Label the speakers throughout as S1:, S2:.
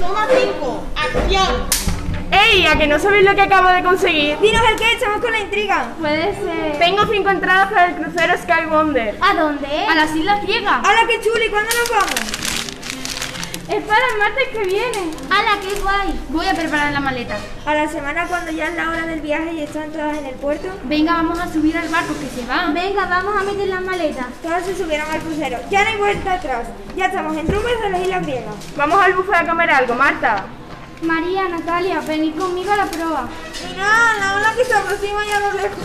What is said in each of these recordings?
S1: Toma cinco. Acción.
S2: ¡Ey! ¿A que no sabéis lo que acabo de conseguir?
S3: Dinos el qué, estamos con la intriga.
S4: Puede ser.
S2: Tengo cinco entradas para el crucero Sky Wonder.
S4: ¿A dónde? A las Islas Griegas.
S3: Hola, qué chulo, ¿y cuándo nos vamos?
S4: Es para el martes que viene. ¡Hala, qué guay! Voy a preparar la maleta.
S3: A la semana cuando ya es la hora del viaje y están todas en el puerto.
S4: Venga, vamos a subir al barco que se va.
S5: Venga, vamos a meter las maletas.
S3: Todas se subieron al crucero. Ya no hay vuelta atrás. Ya estamos en rumbas de las Islas Griegas.
S2: Vamos al buffet a comer algo, Marta.
S4: María, Natalia, venid conmigo a la prueba.
S3: Mirad, la ola que se aproxima ya a lo lejos.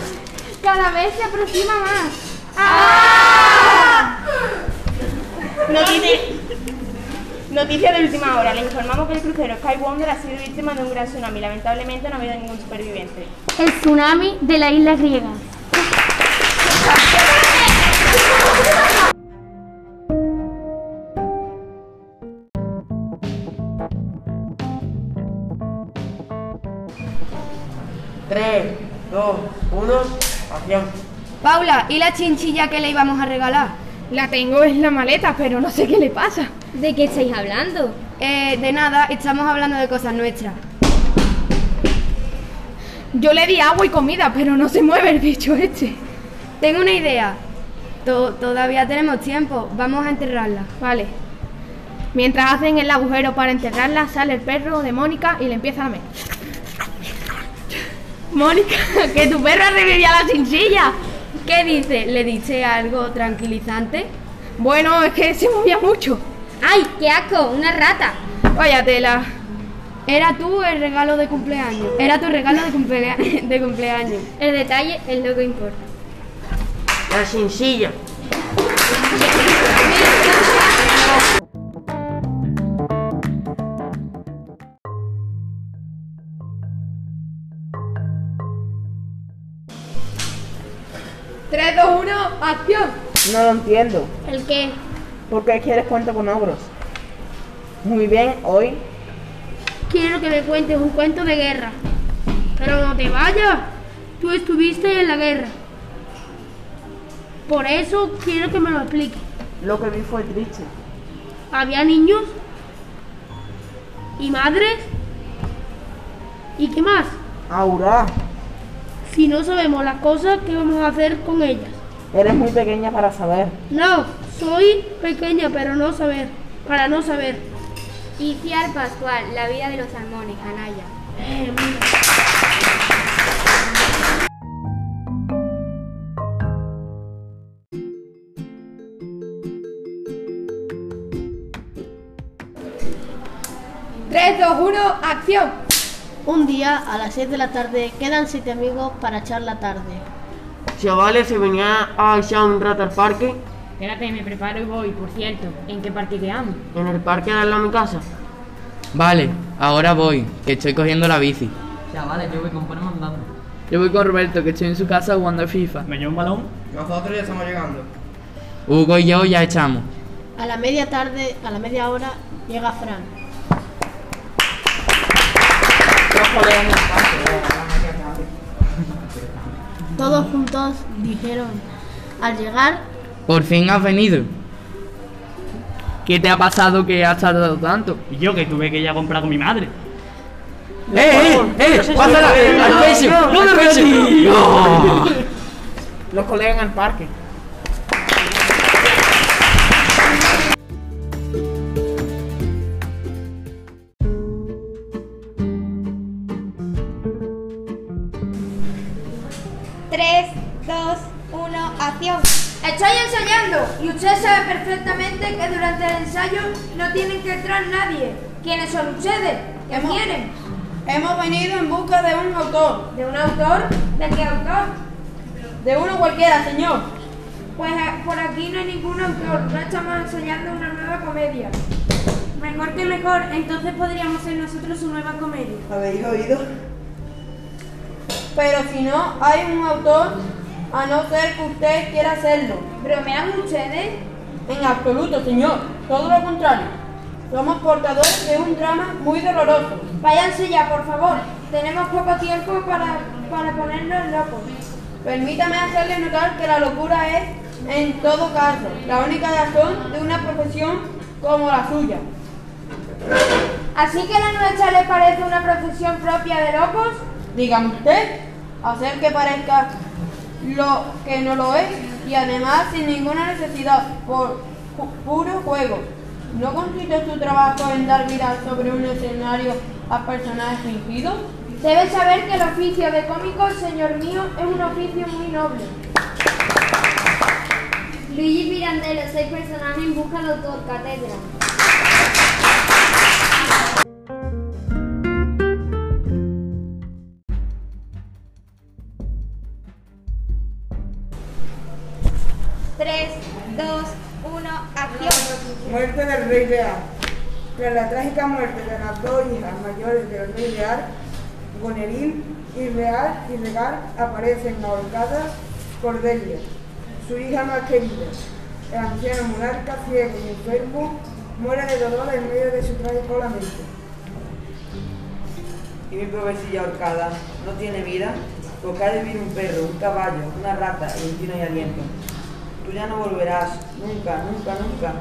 S4: Cada vez se aproxima más. ¡Ah!
S2: Noticia, noticia de última hora. Les informamos que el crucero Sky Wonder ha sido víctima de un gran tsunami. Lamentablemente no ha habido ningún superviviente.
S4: El tsunami de la isla griega.
S6: Tres, dos, uno, acción.
S7: Paula, ¿y la chinchilla que le íbamos a regalar?
S2: La tengo en la maleta, pero no sé qué le pasa.
S5: ¿De qué estáis hablando?
S7: Eh, de nada, estamos hablando de cosas nuestras.
S2: Yo le di agua y comida, pero no se mueve el bicho este.
S7: Tengo una idea. To- todavía tenemos tiempo, vamos a enterrarla.
S2: Vale. Mientras hacen el agujero para enterrarla, sale el perro de Mónica y le empieza a meter. Mónica, que tu perro revivió a la chinchilla.
S7: ¿Qué dice? ¿Le dice algo tranquilizante?
S2: Bueno, es que se movía mucho.
S5: ¡Ay, qué asco! ¡Una rata!
S2: Vaya tela.
S7: Era tú el regalo de cumpleaños. Era tu regalo de, cumplea- de cumpleaños.
S5: El detalle es lo que importa.
S6: La sencilla.
S8: No lo entiendo.
S5: ¿El qué?
S8: ¿Por qué quieres cuento con ogros? Muy bien, hoy
S4: Quiero que me cuentes un cuento de guerra. Pero no te vayas. Tú estuviste en la guerra. Por eso quiero que me lo expliques.
S8: lo que vi fue triste.
S4: Había niños y madres. ¿Y qué más?
S8: Aura,
S4: Si no sabemos las cosas, ¿qué vamos a hacer con ellas?
S8: eres muy pequeña para saber.
S4: No, soy pequeña, pero no saber. Para no saber.
S5: Y Ciar Pascual, la vida de los salmones, Anaya.
S4: Eh, mira.
S1: Un día, a las 6 de la tarde, quedan siete amigos para echar la tarde.
S6: Chavales, se venía a echar un rato al parque.
S9: Espérate, me preparo y voy. Por cierto, ¿en qué parte quedamos?
S6: En el parque de al lado de mi casa.
S10: Vale, ahora voy, que estoy cogiendo la bici.
S11: Chavales, yo voy con Ponem andando.
S10: Yo voy con Roberto, que estoy en su casa jugando a FIFA.
S11: ¿Me llevo un balón?
S6: Nosotros ya estamos llegando.
S10: Hugo y yo ya echamos.
S1: A la media tarde, a la media hora, llega Fran. Todos juntos dijeron, al llegar,
S10: Por fin has venido. ¿Qué te ha pasado que has tardado tanto?
S11: Y yo que tuve que ir a comprar con mi madre.
S10: ¡Eh, eh, eh! ¡Pásala! ¡Al pecho! ¡No me
S8: Los colegas en el parque.
S3: Tres, dos, uno, acción.
S7: Estáis ensayando y ustedes saben perfectamente que durante el ensayo no tienen que entrar nadie. ¿Quiénes son ustedes? ¿Qué vienen?
S3: Hemos venido en busca de un autor.
S7: ¿De un autor? ¿De qué autor?
S3: De uno cualquiera, señor.
S7: Pues eh, por aquí no hay ningún autor, no estamos ensayando una nueva comedia. Mejor que mejor, entonces podríamos ser nosotros su nueva comedia.
S8: ¿Habéis oído?
S3: Pero si no hay un autor, a no ser que usted quiera hacerlo.
S7: ¿Bromean ustedes?
S3: En absoluto, señor. Todo lo contrario. Somos portadores de un drama muy doloroso.
S7: Váyanse ya, por favor. Tenemos poco tiempo para, para ponernos locos.
S3: Permítame hacerle notar que la locura es, en todo caso, la única razón de una profesión como la suya.
S12: ¿Así que la nuestra les parece una profesión propia de locos?
S7: Dígame usted, hacer que parezca lo que no lo es y además sin ninguna necesidad, por ju- puro juego. ¿No consiste tu trabajo en dar vida sobre un escenario a personajes fingidos?
S12: Debes saber que el oficio de cómico, señor mío, es un oficio muy noble.
S4: Luigi Pirandello, seis personajes en busca del autor, catedra.
S13: Tres, dos, uno, acción.
S8: Muerte del rey leal. Tras la trágica muerte de las dos hijas mayores del rey leal, Goneril y Real y Regal aparecen ahorcadas por Delia, su hija más querida. El anciano monarca, ciego y enfermo, muere de dolor en medio de su trágico lamento.
S14: y mi provecilla ahorcada no tiene vida, porque ha de vivir un perro, un caballo, una rata, y un tino y aliento. Tú ya no volverás, nunca, nunca, nunca,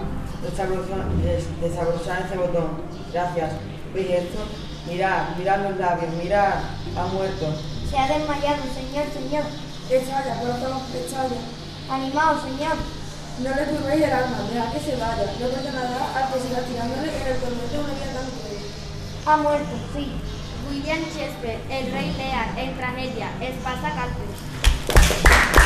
S14: desabrochar, des- desabrochar ese botón. Gracias. ¿Veis esto? Mirad, mirad los labios, mirad, ha muerto.
S13: Se ha desmayado, señor, señor.
S8: Echadla, por favor, echadla.
S13: Animado, señor.
S8: No le turbéis el alma, dejad que se vaya. No perdonará al que siga tirándole en el tormento de una vida tan cruel.
S13: Ha muerto, sí.
S4: William Shakespeare, El Rey Lear, El Tragedia, Espasa Calpus.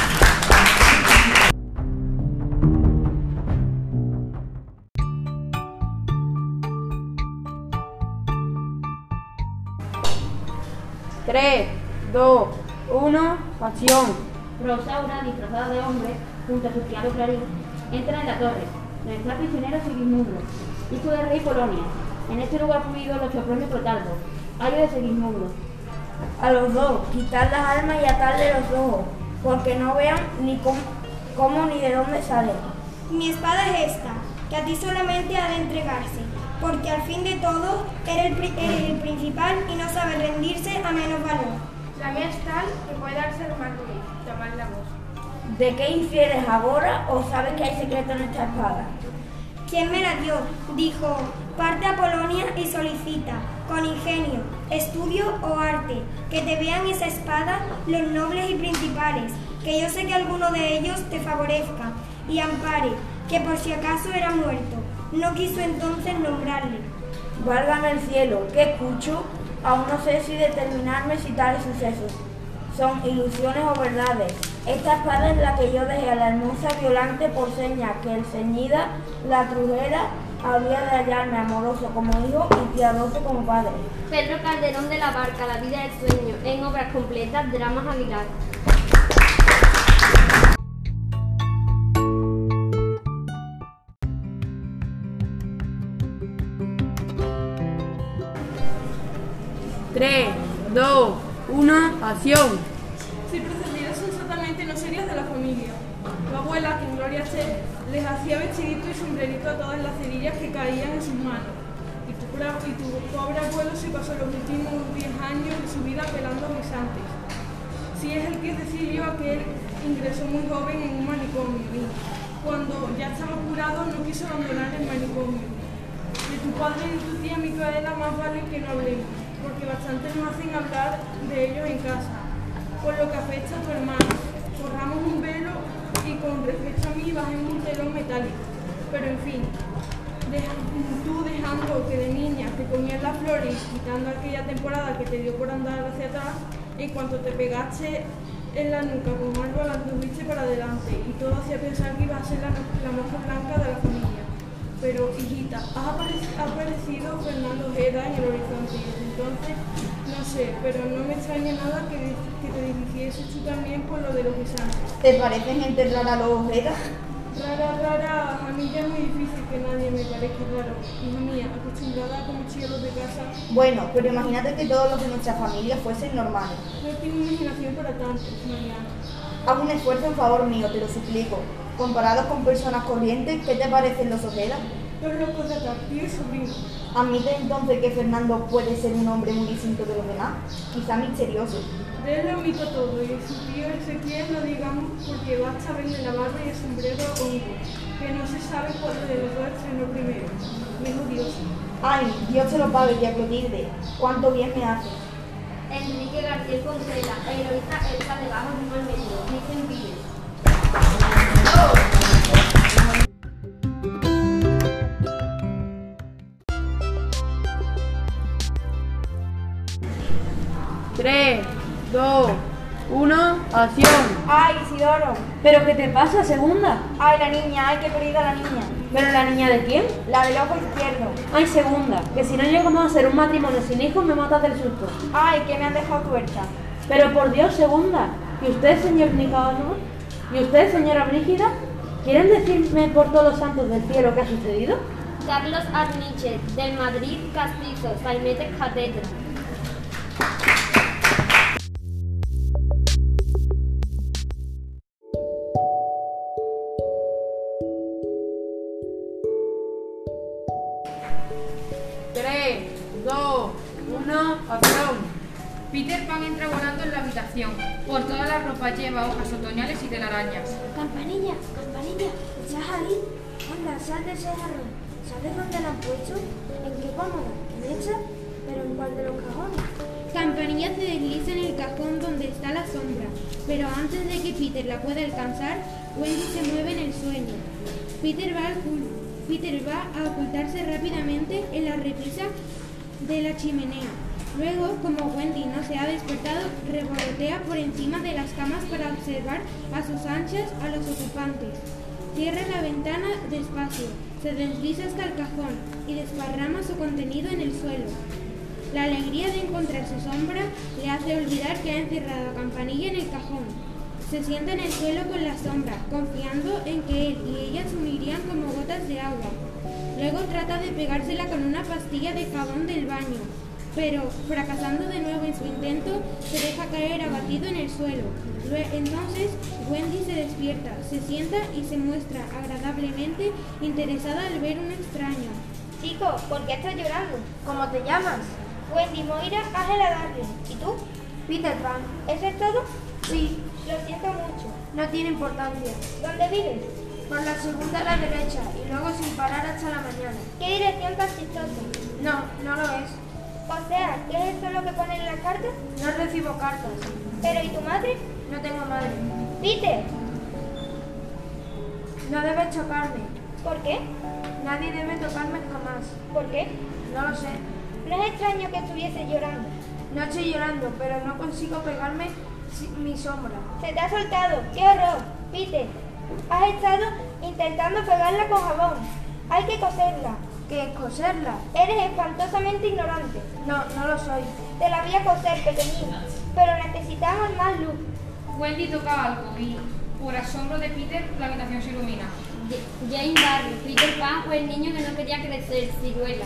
S7: Tres, dos, uno, acción.
S9: Rosaura, disfrazada de hombre, junto a su criado Clarín, entra en la torre, donde está prisionero Segismundo, hijo del rey Polonia. En este lugar fue hundido los choprones Protalbo, ayo de Segismundo.
S13: A los dos, quitar las armas y atarle los ojos, porque no vean ni cómo, cómo ni de dónde sale.
S3: Mi espada es esta, que a ti solamente ha de entregarse, porque al fin de todo eres el, pri- eres el principal y no sabes rendirse a menos valor.
S12: La mía es tal que puede darse el mal tomar la voz.
S13: ¿De qué infieres ahora o sabes que hay secreto en esta espada?
S3: ¿Quién me la dio? Dijo, parte a Polonia y solicita, con ingenio, estudio o arte, que te vean esa espada los nobles y principales, que yo sé que alguno de ellos te favorezca y ampare, que por si acaso era muerto. No quiso entonces nombrarle.
S13: Válgame el cielo, ¿qué escucho? Aún no sé si determinarme si tales sucesos son ilusiones o verdades. Esta espada es la que yo dejé a la hermosa violante por seña que el ceñida, la trujera, había de hallarme amoroso como hijo y piadoso como padre.
S4: Pedro Calderón de la Barca, La vida del sueño, en obras completas, dramas Aguilar.
S7: Tres, dos, uno, acción.
S15: Si procedieras exactamente no serías de la familia. Tu abuela, que en gloria esté, les hacía vestidito y sombrerito a todas las cerillas que caían en sus manos. Y tu, pra- y tu pobre abuelo se pasó los últimos 10 años de su vida pelando guisantes. Si es el que es decir yo aquel ingresó muy joven en un manicomio y cuando ya estaba curado no quiso abandonar el manicomio. De tu padre y de tu tía Micaela más vale que no hablemos, porque bastante nos hacen hablar de ellos en casa. Por lo que afecta a tu hermano, corramos un velo y con respecto a mí bajemos un telón metálico. Pero en fin, deja- tú dejando que de niña te comías las flores y quitando aquella temporada que te dio por andar hacia atrás, en cuanto te pegaste en la nuca con algo la tuviste para adelante y todo hacía pensar que ibas a ser la, la moza blanca de la familia. Pero, hijita, has apareci- ha aparecido Fernando Ojeda en el horizonte y desde entonces, no sé, pero no me extraña nada que, que te dirigieses tú también por lo de los guisantes.
S13: ¿Te parece gente rara los ojeras?
S15: Rara, rara, a mí ya es muy difícil que nadie me parezca raro. Hija mía, acostumbrada a comer chielos de casa,
S13: Bueno, pero imagínate que todos los de nuestra familia fuesen normales.
S15: no tengo imaginación para tanto, Mariana.
S13: Haz un esfuerzo en favor mío, te lo suplico. Comparados con personas corrientes, ¿qué te parecen los ojeras?
S15: Los locos de atractivo sobrino.
S13: ¿Admite entonces que Fernando puede ser un hombre muy distinto de los demás? Quizá misterioso.
S15: De él lo omito todo y su tío Ezequiel lo digamos porque basta verle la barba y el sombrero hongo.
S16: que no se sabe cuál de los dos estrenó primero. Dijo Dios.
S17: Ay, Dios te lo pague, tía Clotilde. Cuánto bien me haces.
S4: Enrique García Contreras, heroísta Elsa de Bajo Río Almería, dicen Vives.
S18: Tres, dos, uno, acción.
S17: Ay, Isidoro.
S18: ¿Pero qué te pasa, segunda?
S17: Ay, la niña, ay, qué querida la niña.
S7: ¿Pero la niña de quién?
S17: La del ojo izquierdo.
S7: Ay, segunda, que si no llegamos a hacer un matrimonio sin hijos me matas del susto.
S17: Ay, que me han dejado tuerta.
S7: Pero por Dios, segunda, ¿y usted, señor Nicanor? ¿Y usted, señora Brígida? ¿Quieren decirme por todos los santos del cielo qué ha sucedido?
S4: Carlos Arniche, del Madrid Castizo, Salmete Catedra.
S18: Tres, dos, uno, acción.
S19: Peter Pan entra volando en la habitación. Por toda la ropa lleva hojas otoñales y telarañas.
S3: Campanilla, campanilla, ¿estás ahí? Anda, sal de ese jarrón. ¿Sabes dónde la han puesto? ¿En qué cómoda? ¿En esta? ¿Pero en cuál de los cajones?
S15: Campanilla se desliza en el cajón donde está la sombra, pero antes de que Peter la pueda alcanzar, Wendy se mueve en el sueño. Peter va, al cul- Peter va a ocultarse rápidamente en la repisa de la chimenea. Luego, como Wendy no se ha despertado, revolotea por encima de las camas para observar a sus anchas a los ocupantes. Cierra la ventana despacio, se desliza hasta el cajón y desparrama su contenido en el suelo. La alegría de encontrar su sombra le hace olvidar que ha encerrado a Campanilla en el cajón. Se sienta en el suelo con la sombra, confiando en que él y ella se unirían como gotas de agua. Luego trata de pegársela con una pastilla de jabón del baño, pero fracasando de nuevo en su intento, se deja caer abatido en el suelo. Lue- Entonces, Wendy se despierta, se sienta y se muestra agradablemente interesada al ver un extraño.
S3: Chico, ¿por qué estás llorando? ¿Cómo te llamas? Wendy Moira Ángela Darling. ¿Y tú? Peter Pan. ¿Eso es todo? Sí. Lo siento mucho. No tiene importancia. ¿Dónde vives? Por la segunda a la derecha y luego sin parar hasta la mañana. ¿Qué dirección tan chistosa? No, no lo es. O sea, ¿qué es eso lo que pone en las cartas? No recibo cartas. ¿Pero y tu madre? No tengo madre. Peter. No debes chocarme. ¿Por qué? Nadie debe tocarme jamás. ¿Por qué? No lo sé. No es extraño que estuviese llorando. No estoy llorando, pero no consigo pegarme si- mi sombra. Se te ha soltado. ¡Qué horror! Peter, has estado intentando pegarla con jabón. Hay que coserla. ¿Qué coserla? Eres espantosamente ignorante. No, no lo soy. Te la voy a coser, pequeñín. Pero necesitamos más luz.
S19: Wendy toca algo y, por asombro de Peter, la habitación se ilumina.
S4: Jane Barry, Peter Pan o el niño que no quería crecer, ciruela.